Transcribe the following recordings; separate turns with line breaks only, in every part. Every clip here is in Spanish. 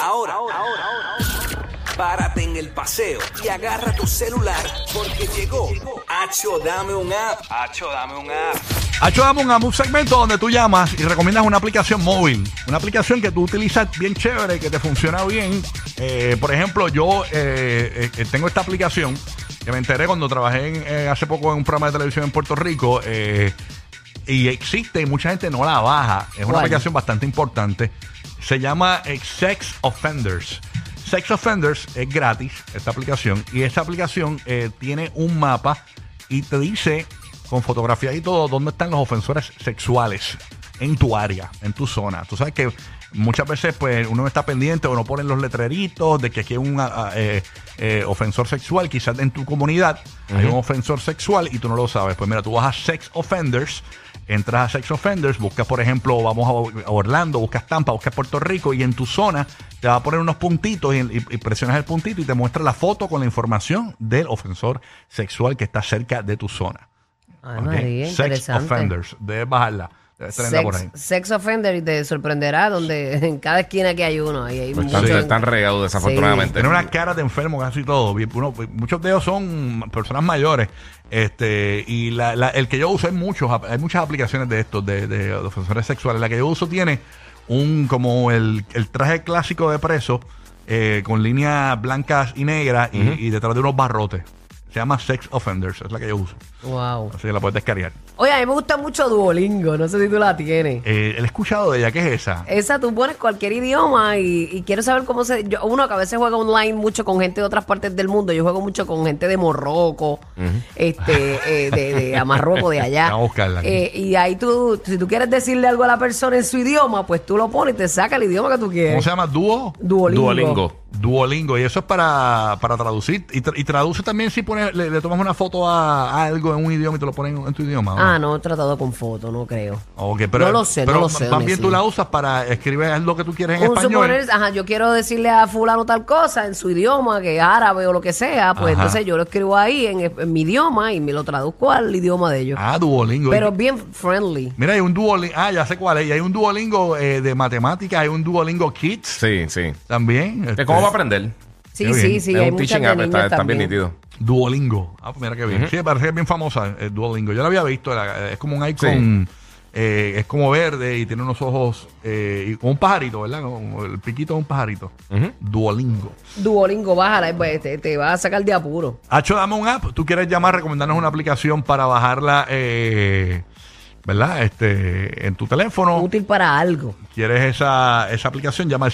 Ahora, ahora, ahora, ahora. párate en el paseo y agarra tu celular porque llegó Hacho Dame un App. Hacho Dame un App.
Hacho, dame un, un segmento donde tú llamas y recomiendas una aplicación móvil. Una aplicación que tú utilizas bien chévere, que te funciona bien. Eh, por ejemplo, yo eh, eh, tengo esta aplicación que me enteré cuando trabajé en, eh, hace poco en un programa de televisión en Puerto Rico. eh, y existe y mucha gente no la baja. Es una
¿Cuál?
aplicación bastante importante. Se llama eh, Sex Offenders. Sex Offenders es gratis, esta aplicación. Y esta aplicación eh, tiene un mapa y te dice, con fotografía y todo, dónde están los ofensores sexuales en tu área, en tu zona. Tú sabes que muchas veces pues uno está pendiente o no ponen los letreritos de que aquí hay un ah, ah, eh, eh, ofensor sexual, quizás en tu comunidad hay un ofensor sexual y tú no lo sabes. Pues mira, tú vas a Sex Offenders, entras a Sex Offenders, buscas por ejemplo, vamos a- a Orlando, buscas Tampa, buscas Puerto Rico y en tu zona te va a poner unos puntitos y, y- y presionas el puntito y te muestra la foto con la información del ofensor sexual que está cerca de tu zona.
Ay,
¿ok?
María,
Sex
Ah, interesante.
Offenders, debes bajarla. Debes tenerla por ahí.
Sex, sex offender y te sorprenderá donde en cada esquina que hay uno. Y hay
Pues están,
mucho-
están regados desafortunadamente.
Tiene una cara de enfermo casi todo. Bien, uno- muchos de ellos son personas mayores. Este, y la- la- el que yo uso hay muchos, hay muchas aplicaciones de estos, de, de, ofensores sexuales. La que yo uso tiene un como el, el traje clásico de preso, eh, con líneas blancas y negras, y- y, detrás de unos barrotes. Se llama Sex Offenders, es la que yo uso.
Wow.
Así que la puedes descargar.
Oye, a mí me gusta mucho Duolingo. No sé si tú la tienes.
Eh, el escuchado de ella, ¿qué es esa?
Esa tú pones cualquier idioma y, y quiero saber cómo se... yo- uno que a veces juega online mucho con gente de otras partes del mundo. Yo juego mucho con gente de Morroco, este, eh, de, de a Marruecos, de allá.
Vamos a buscarla aquí.
Eh, y ahí tú, si tú quieres decirle algo a la persona en su idioma, pues tú lo pones y te saca el idioma que tú
¿Cómo
quieres.
se llama? ¿Dúo?
Duolingo.
Duolingo.
Duolingo, y eso es para, para traducir. Y, tra- y traduce también si pone, le, le tomas una foto a, a algo en un idioma y te lo ponen en, en tu idioma. ¿o no?
Ah, no, he tratado con foto, no creo.
Ah, Ok, pero,
no lo sé, no
pero
lo sé,
Más bien
Messi.
tú la usas para escribir lo que tú quieres en
Un
español.
suponer, ajá, yo quiero decirle a fulano tal cosa en su idioma, que es árabe o lo que sea, pues
Ajá.
entonces yo lo escribo ahí en, en mi idioma y me lo traduzco al idioma de ellos.
Ah, Duolingo.
Pero
Y-
bien friendly.
mira, hay un Duolingo. Ah, ya sé cuál es. Y hay un Duolingo eh, de matemáticas, hay un Duolingo Kids
Sí, sí.
también.
¿De
este,
¿Cómo va a aprender?
Sí,
Qué bien.
sí, sí,
es
hay
un
muchas
teaching
de
app,
niños
está, está bien
también.
nítido.
Duolingo. Ah, pues mira qué bien. Sí, parece que es bien famosa el Duolingo. Yo la había visto, era- es como un icon, eh, es como verde y tiene unos ojos, eh, y como un pajarito, ¿verdad? Como el piquito de un pajarito. Duolingo.
Duolingo, bájala, pues, te, te va a sacar de apuro.
Hacho, dame un app. ¿Tú quieres llamar, recomendarnos una aplicación para bajarla, eh, ¿verdad? Este, en tu teléfono.
Útil para algo.
¿Quieres esa, esa aplicación? Llama al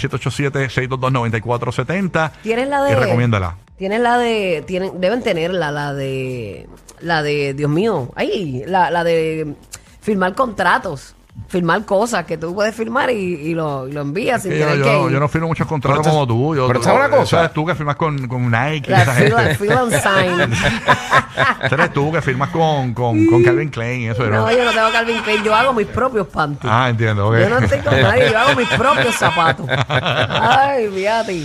787-622-9470.
Tienes la de.
Y recomiéndala.
Tienes la de. Tienen, deben tenerla, la de. La de. Dios mío. Ay, la, la de firmar contratos. Firmar cosas que tú puedes firmar y, y lo, y lo envías sin
Que yo,
tener
yo
que.
no-
ir.
yo no firmo muchos contratos
Pero
como
esto-
tú. Yo,
pero
tú-
¿sabes una cosa?
Esa eres tú que firmas con, con Nike.
La
esa
feel,
gente.
feel and sign.
Esa eres tú que firmas con, con, con Calvin Klein y eso. ¿no?
Mm. no, yo no tengo Calvin Klein. Yo hago mis propios panties.
Ah, entiendo. ok.
Yo no estoy con nadie. Yo hago mis propios zapatos. Ay, fíjate.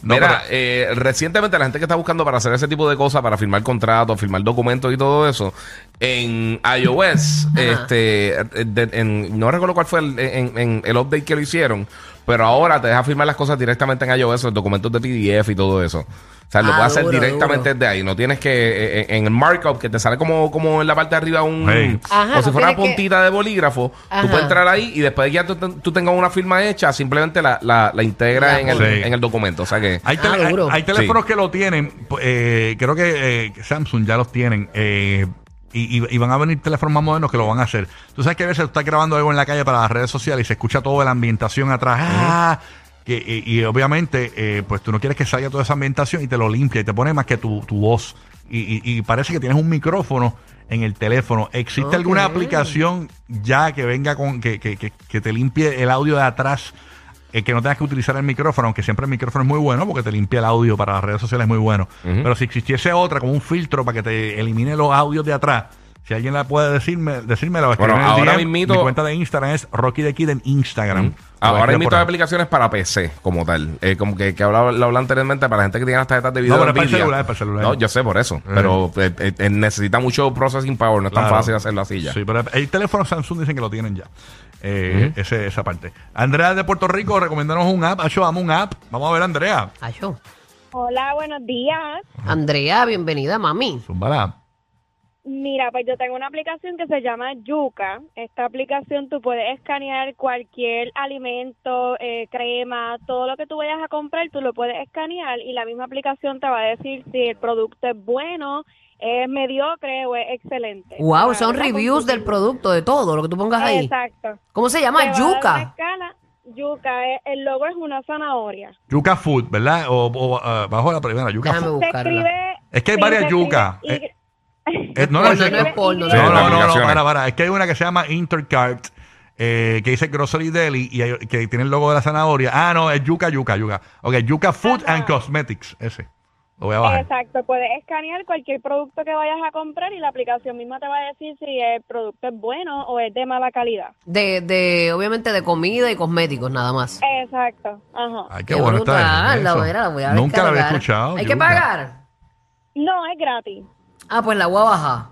No,
Mira, eh, recientemente la gente que está buscando para hacer ese tipo de cosas, para firmar contratos, firmar documentos y todo eso, en iOS, este, eh, de- en- no recuerdo cuál fue el, en- en el update que lo hicieron, pero ahora te deja firmar las cosas directamente en iOS, los documentos de PDF y todo eso. O sea, lo
Ah,
puedes hacer
duro,
directamente
duro.
desde ahí. No tienes que, eh, en, en el markup, que te sale como, como en la parte de arriba un...
Hey.
Ajá,
como si
no
fuera una
tienes que-
puntita de bolígrafo.
Ajá.
Tú puedes entrar ahí y después de que ya tú, tú tengas una firma hecha, simplemente la, la, la integras
La
en el,
pones.
en el documento. O sea que...
Hay, tele-
Ah,
hay-
duro.
hay teléfonos que lo tienen, eh, creo que eh, Samsung ya los tienen, eh, y, y- y van a venir teléfonos más modernos que lo van a hacer. Tú sabes que a veces tú estás grabando algo en la calle para las redes sociales y se escucha toda la ambientación atrás. ¡Ah! Que- y, y obviamente, eh, pues tú no quieres que salga toda esa ambientación y te lo limpia y te pone más que tu, tu voz. Y, y- y parece que tienes un micrófono en el teléfono. ¿Existe alguna aplicación ya que venga con que, que- que- que te limpie el audio de atrás eh, que no tengas que utilizar el micrófono, aunque siempre el micrófono es muy bueno porque te limpia el audio para las redes sociales, es muy bueno. Pero si existiese otra, como un filtro para que te elimine los audios de atrás, si alguien la puede decirme, decírmelo, escribe
Bueno,
en el
ahora
DM.
mismito- Ah,
Mi cuenta de Instagram es Rocky de Kid en Instagram. Lo
Ahora
escribo
invito
por
a
ahí.
aplicaciones para PC como tal. Eh, como que, que hablaba, lo hablaba anteriormente para la gente que tiene las tarjetas de video.
No, pero
de
es para el
Nvidia.
celular, es para el celular.
No, yo sé por eso. Pero eh, eh, eh, necesita mucho processing power. No es tan
Claro.
fácil hacerlo así ya.
Sí, pero el teléfono Samsung dicen que lo tienen ya. Eh, ese- esa parte. Andrea de Puerto Rico, recomendanos un app. Acho, dame un app. Vamos a ver, Andrea.
Ayo.
Hola, buenos días.
Andrea, bienvenida, mami.
Zúmbala.
Mira, pues yo tengo una aplicación que se llama Yuca. Esta aplicación tú puedes escanear cualquier alimento, eh, crema, todo lo que tú vayas a comprar, tú lo puedes escanear y la misma aplicación te va a decir si el producto es bueno, es mediocre o es excelente.
Wow,
Para
son
verla con
reviews
tu-
del producto, de todo lo que tú pongas ahí.
Exacto.
¿Cómo se
Te
llama?
va a dar una
Yuca.
escala. Yuca, eh, el logo es una zanahoria.
Yuca Food, ¿verdad? O, o, ah, bajo la primera, Yuca
Déjame
Food.
Se
buscarla.
escribe...
Es que hay
sí,
varias
se escribe
yuca.
Y-
Eh, Eh, no, no,
Porno,
es-
no es porno,
No,
Sí,
no,
las
no, no,
aplicaciones.
para, para. Es que hay una que se llama Intercart, eh, que dice Grocery Deli y hay- que tiene el logo de la zanahoria. Ah, no, es Yuca, Yuca, Yuca. Ok, Yuca Food
Ajá.
and Cosmetics, ese. Lo voy a bajar.
Exacto, puedes escanear cualquier producto que vayas a comprar y la aplicación misma te va a decir si el producto es bueno o es de mala calidad.
De, de, obviamente, de comida y cosméticos, nada más.
Exacto, ajá.
Ay,
Qué
está
brutal, la
eso.
voy a- la voy a
Nunca la había
descargar.
escuchado.
Hay que
Yuca.
pagar.
No, es gratis.
Ah, pues la voy a bajar.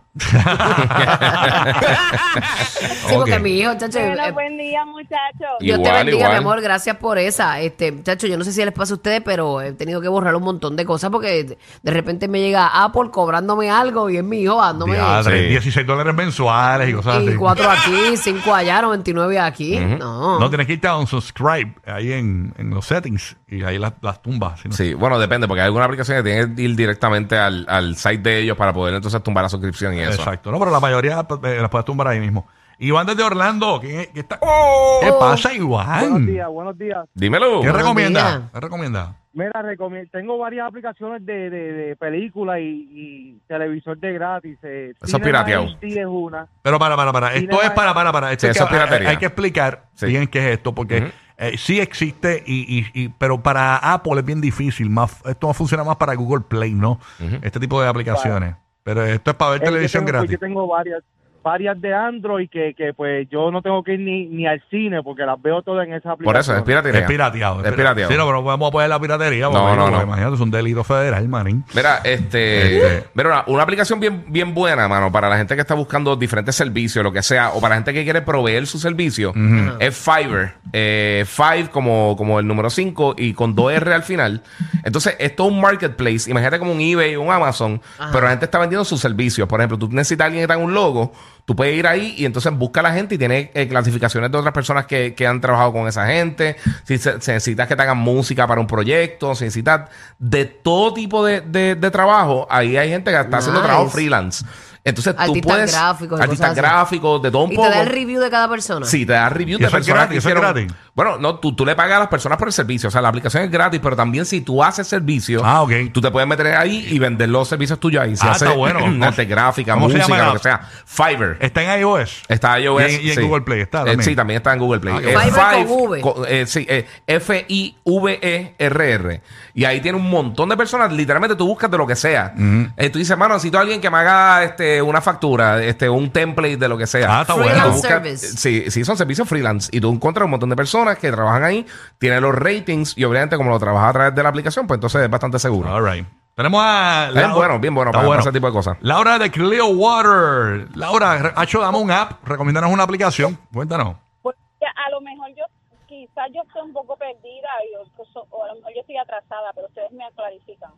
sí, porque
Ok.
mi hijo, chacho.
Bueno,
eh,
buen día, muchachos.
Y-
Dios te
Igual,
bendiga,
igual.
mi amor, gracias por esa. Este, muchacho, yo no sé si les pasa a ustedes, pero he tenido que borrar un montón de cosas porque de repente me llega Apple cobrándome algo y es mi hijo dándome
Diadre,
Sí.
16 dólares mensuales y cosas
y
así.
cuatro aquí, cinco allá, 99 aquí. No.
No, tienes que irte a un subscribe ahí en, en los settings y ahí las, las tumbas. si no-
Sí, bueno, depende, porque hay algunas aplicaciones que tienen que ir directamente al, al site de ellos para poder entonces tumbar la suscripción y eso.
Exacto. No, pero la mayoría eh, las puedes tumbar ahí mismo. Iván desde Orlando. ¿Qué, qué, está- ¿Qué pasa,
¡Oh! Buenos
Iván?
días, buenos días.
Dímelo.
¿Qué
Buenos
recomienda?
días.
¿Qué recomienda?
Mira, recomi- tengo varias aplicaciones de, de, de película y, y televisor de gratis. eh,
es
Cinema
pirateado.
HD es una.
Pero para, para, para. Esto
Cinema-
es para, para, para. Esto
Sí,
es
eso
que- eh,
es piratería.
hay, hay que explicar
Sí.
bien qué es esto, porque
Ujú.
eh, sí existe, y, y- y- pero para Apple es bien difícil. Más, esto funciona más para Google Play, ¿no? Este tipo de aplicaciones. Pero esto es para ver
Eh, yo
televisión
tengo-
gratis.
Yo tengo varias varias de Android que, que pues yo no tengo que ir ni, ni al cine porque las veo todas en esa aplicación.
Por eso, es piratería.
Es pirateado.
Es pirateado.
Sí, no, pero no podemos apoyar la piratería. porque,
No, no,
porque
no.
Imagínate, es un delito federal, manín.
Mira, este,
Este.
mira, una, una aplicación bien, bien buena, mano, para la gente que está buscando diferentes servicios, lo que sea, o para la gente que quiere proveer su servicio, es Fiverr. Eh, Five como, como el número 5 y con 2R al final. Entonces, esto es un marketplace, imagínate como un eBay o un Amazon, pero la gente está vendiendo sus servicios. Por ejemplo, tú necesitas a alguien que te haga un logo, tú puedes ir ahí y entonces busca a la gente y tiene eh, clasificaciones de otras personas que, que han trabajado con esa gente. Si se, se necesitas que te hagan música para un proyecto, si necesitas de todo tipo de, de- de trabajo, ahí hay gente que está haciendo
Nice.
trabajo freelance. Entonces tú
Artistas
puedes.
gráficos y
artistas
cosas así.
gráficos, de todo un
Y
poco.
te da el review de cada persona.
Sí, te da review
¿Y
de
eso es
personas
gratis?
que
¿Eso es
hicieron-
gratis?
Bueno, no, tú, tú le pagas a las personas por el servicio. O sea, la aplicación es gratis, pero también si tú haces servicio,
Ah, ok.
tú te puedes meter ahí y vender los servicios tuyos ahí. Si
Ah,
haces
está bueno.
arte gráfica,
¿Cómo se
música,
llama la-
lo que sea. Fiverr.
Está en iOS.
Está iOS.
Y en- y en
sí.
Google Play está
Eh,
también.
sí, también está en Google Play.
Ah, qué
Eh,
bueno.
Fiverr con
Five,
V.
co- eh, sí, eh, F-I-V-E-R-R. E Y ahí tiene un montón de personas. Literalmente tú buscas de lo que sea. Eh, tú dices, mano, necesito a alguien que me haga este, una factura, este, un template de lo que sea.
Ah, está
Freelance
bueno.
Tú buscas-
service.
Sí, sí, son servicios freelance. Y tú encuentras un montón de personas que trabajan ahí, tienen los ratings y obviamente como lo trabajas a través de la aplicación, pues entonces es bastante seguro.
All right. Tenemos a.
Bien Eh, bueno, bien bueno
Está
para- para ese tipo de cosas.
Laura de Clearwater. Laura, re- Hacho, dame un app. Recomiéndanos una aplicación. Cuéntanos.
Porque a lo mejor yo, quizás yo estoy un poco perdida y o- o- o a lo mejor yo estoy atrasada, pero ustedes me clarifican.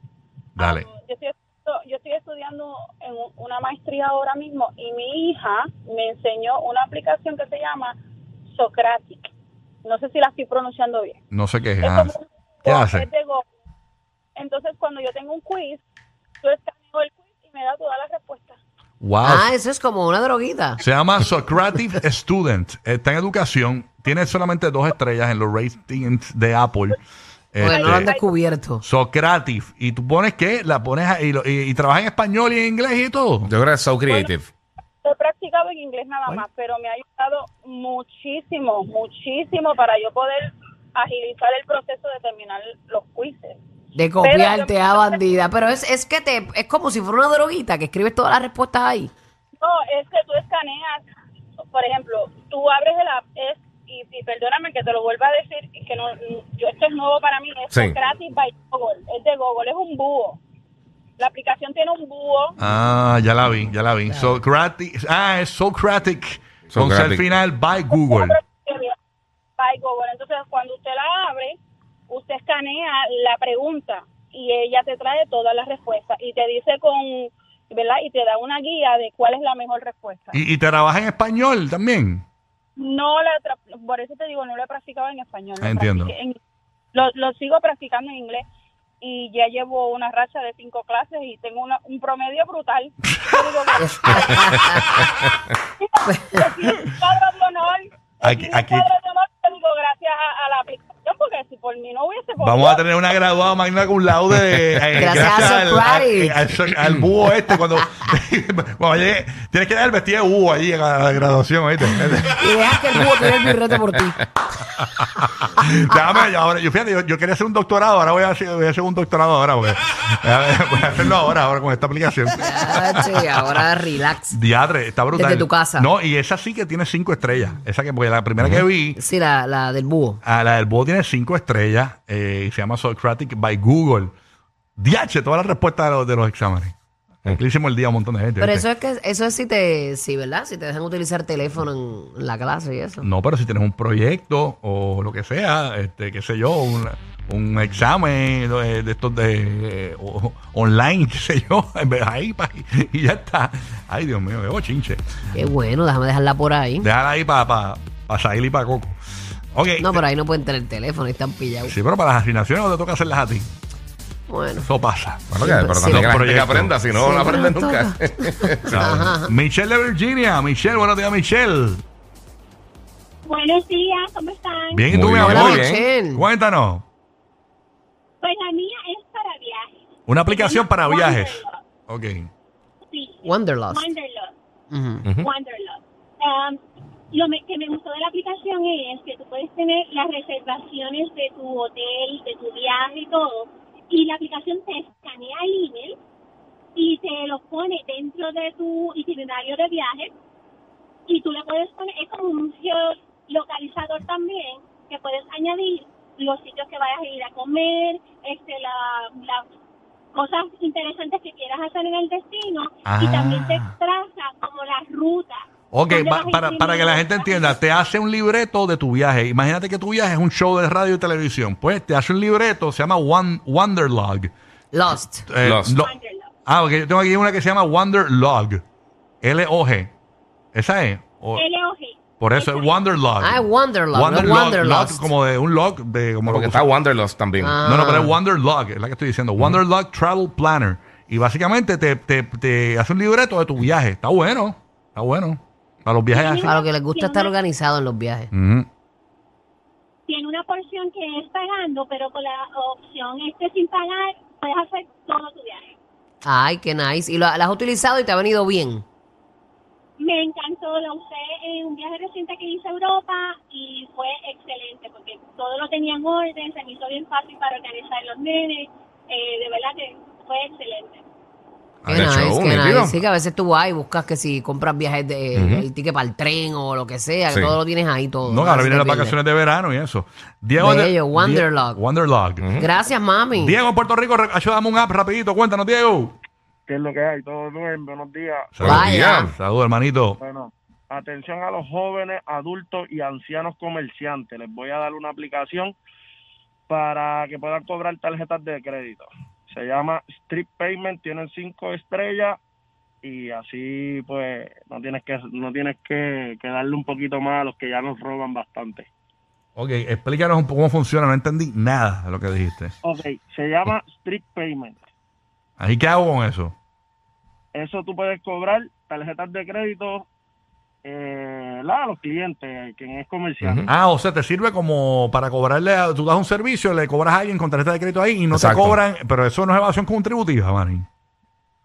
Dale.
Um, yo, estoy, estu- yo estoy estudiando en un- una maestría ahora mismo y mi hija me enseñó una aplicación que se llama Socratic. No sé si la estoy pronunciando bien.
No sé qué es.
Es
Ah,
como un
¿Qué
juego,
hace?
es de Go. Entonces, cuando yo tengo un quiz, yo escaneo el quiz y me da todas las respuestas.
Wow.
Ah, eso es como una droguita.
Se llama Socrative Student. Está en educación. Tiene solamente dos estrellas en los ratings de Apple.
Porque no lo han
Este,
descubierto.
Socrative. Y tú pones qué? La pones ahí y, lo- y- y trabaja en español y en inglés y todo.
Yo creo que es so creative.
Lo he practicado en inglés nada más, pero me ha ayudado muchísimo, muchísimo para yo poder agilizar el proceso de terminar los quizzes.
De copiarte a bandida. Pero es, es que te es como si fuera una droguita que escribes todas las respuestas ahí.
No, es que tú escaneas, por ejemplo, tú abres el app, es, y, y perdóname que te lo vuelva a decir, que no, yo esto es nuevo para mí, es
Sí.
gratis by Google, es de Google, es un búho. La aplicación tiene un búho,
Ah, ya la vi, ya la vi. Socratic. Ah, es Socratic. Con
Socratic.
al final by Google.
by Google. Entonces, cuando usted la abre, usted escanea la pregunta y ella te trae todas las respuestas y te dice con, ¿verdad? Y te da una guía de cuál es la mejor respuesta.
Y, y trabaja en español también.
No la, tra- por eso te digo, no lo he practicado en español. lo
Ah, entiendo.
practiqué en- lo, lo sigo practicando en inglés y ya llevo una racha de cinco clases y tengo una- un promedio brutal. Yo digo, "Gracias". Sí, un cuadro de honor.
Aquí-
un
aquí-
cuadro de honor, yo digo, gracias a, a la aplicación porque si por mí no hubiese podido.
Vamos a tener una graduada magna cum laude. de- eh,
Gracias a
al-
Socratic.
al, al so- al búho este. Cuando, cuando llegue, tienes que dar el vestido de búho ahí en la, la graduación. ¿oíste?
Y dejas que el búho tiene el birrete por ti.
Déjame, yo ahora, yo, fíjate, yo, yo quería hacer un doctorado. Ahora voy a hacer, voy a hacer un doctorado ahora. Porque, voy a hacerlo ahora, ahora con esta aplicación.
Ah, che, ahora relax.
Diadre, está brutal.
Desde tu casa.
No, y esa sí que tiene cinco estrellas. Esa que, porque la primera que vi,
Sí, la, la del búho.
a Ah, la del búho tiene cinco estrellas. eh, y se llama Socratic by Google. Diache, todas las respuestas de los, de los exámenes. Aquí le hicimos el día a un montón de gente.
Pero
¿viste?
eso es que eso es si te sí, ¿verdad? Si te dejan utilizar teléfono en la clase y eso.
No, pero si tienes un proyecto o lo que sea, este, qué sé yo, un, un examen de, de estos de eh, o- online, qué sé yo, en vez- ahí pa- y ya está. Ay, Dios mío, qué bochinche.
Qué bueno, déjame dejarla por ahí.
Déjala ahí para pa, pa salir y para Coco. Ok.
No, pero ahí no pueden tener teléfono, ahí están pillados.
Sí, pero para las asignaciones no te toca hacerlas a ti.
Bueno.
Eso pasa.
Bueno, que, pero
Sí.
también que la gente que
Proyecto.
aprenda, si no,
Sí,
no aprende
pero
nunca.
¿sabes? Michelle de Virginia. Michelle, buenos días, Michelle.
Buenos días, ¿cómo están?
Bien, ¿y
Muy
tú, mi
bien,
amor?
muy bien.
Michelle.
Cuéntanos.
Pues la mía es para viajes.
Una aplicación para viajes. Ok.
Sí,
Wanderlust.
Wanderlust.
Ujú.
Wanderlust. Um, lo me- que me gustó de la aplicación es que tú puedes tener las reservaciones de tu hotel, de tu viaje y todo, y la aplicación te escanea el email y te lo pone dentro de tu itinerario de viaje y tú le puedes poner, es como un geolocalizador también, que puedes añadir los sitios que vayas a ir a comer, este, la- las cosas interesantes que quieras hacer en el destino y
Ah.
también te traza como las rutas.
Ok,
dónde
pa-
vas a ir
para, para que la
primero.
gente entienda, te hace un libreto de tu viaje. Imagínate que tu viaje es un show de radio y televisión. Pues te hace un libreto, se llama Wan- Wanderlog.
Lost.
Eh,
Lost.
lo-
Wanderlog.
ah, ok, yo tengo aquí una que se llama Wanderlog. L-O-G. ¿Esa es? O-
LOG.
por eso es Wanderlog.
Ah, es
Wanderlog,
Wanderlog, no es Wanderlust.
log como de un log, de como lo
Porque
que
está Wanderlust también.
Ah. Mm.
No, no, pero es Wanderlog, es la que estoy diciendo. Wanderlog Travel Planner. Y básicamente te, te, te hace un libreto de tu viaje. Está bueno, está bueno. Para los viajes así.
Para lo que les gusta estar organizado en los viajes.
Ujú.
tiene una porción que es pagando, pero con la opción este sin pagar puedes hacer todo tu viaje.
Ay, qué nice. Y lo, la has utilizado y te ha venido bien.
Me encantó, la usé en un viaje reciente que hice a Europa y fue excelente porque todo lo tenía en orden, se me hizo bien fácil para organizar los nenes, eh, de verdad que fue excelente.
Qué
De
nice,
show,
qué
nítido.
nice. Sí, que a veces tú vas y buscas que si compras viajes de el ticket para el tren o lo que sea,
Sí.
que todo lo tienes ahí todo.
No, ahora
Así
vienen
te
las
pierdes.
vacaciones de verano y eso. Diego
Bello, Mm-hmm.
Die-
Wanderlog.
Wanderlog.
Gracias, mami.
Diego en Puerto Rico, re- ayúdame un app rapidito, cuéntanos, Diego.
¿Qué es lo que hay? Todo bien, buenos días.
Vaya.
Buenos días.
Saludos, hermanito.
Bueno, atención a los jóvenes, adultos y ancianos comerciantes. Les voy a dar una aplicación para que puedan cobrar tarjetas de crédito. Se llama Strip Payment, tienen cinco estrellas y así pues no tienes que no tienes que, que darle un poquito más a los que ya nos roban bastante.
Ok, explícanos un poco cómo funciona, no entendí nada de lo que dijiste.
Ok, se llama Strip Payment.
¿Ahí qué hago con eso?
Eso tú puedes cobrar tarjetas de crédito eh, la- a los clientes, quien es comerciante.
Ujú.
Ah, o sea, te sirve como para cobrarle, a- tú das un servicio, le cobras a alguien con tarjeta de crédito ahí y no
Exacto.
te cobran, pero eso no es evasión contributiva, Manny.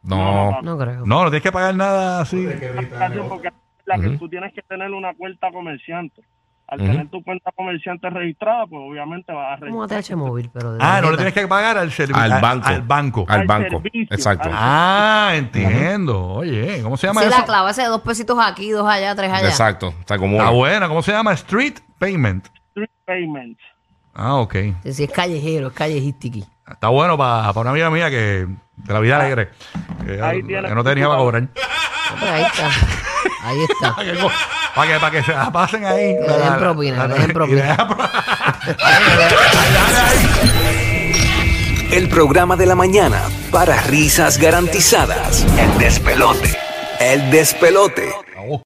No.
No creo.
No, no tienes que pagar nada así.
aplicación porque es la que tú tienes que tener una cuenta comerciante. Al
Ujú.
tener tu cuenta comerciante registrada, pues obviamente vas a
Como
registrar
ATH móvil, pero. de
Ah, no le
verdad.
tienes que pagar al servicio.
Al banco.
Al banco.
Al
Al
banco.
servicio,
Exacto.
al-
Ah, entiendo. Oye, ¿cómo se llama
Si
eso?
la clava ese de dos pesitos aquí, dos allá, tres allá.
Exacto. Está como.
Está buena. ¿Cómo se llama? Street Payment.
Street Payments.
Ah, ok.
Sí, sí, es callejero, es callejístico.
Está bueno para una amiga mía que de la vida alegre. Que,
Ahí
que
tiene-
no tenía para cobrar.
Hombre, Ahí está. Ahí está.
Para que, co- pa' que, pa' que se la pasen ahí.
le den propina, le den propina.
y le dejan pro-
El programa de la mañana para risas garantizadas. El despelote. El despelote.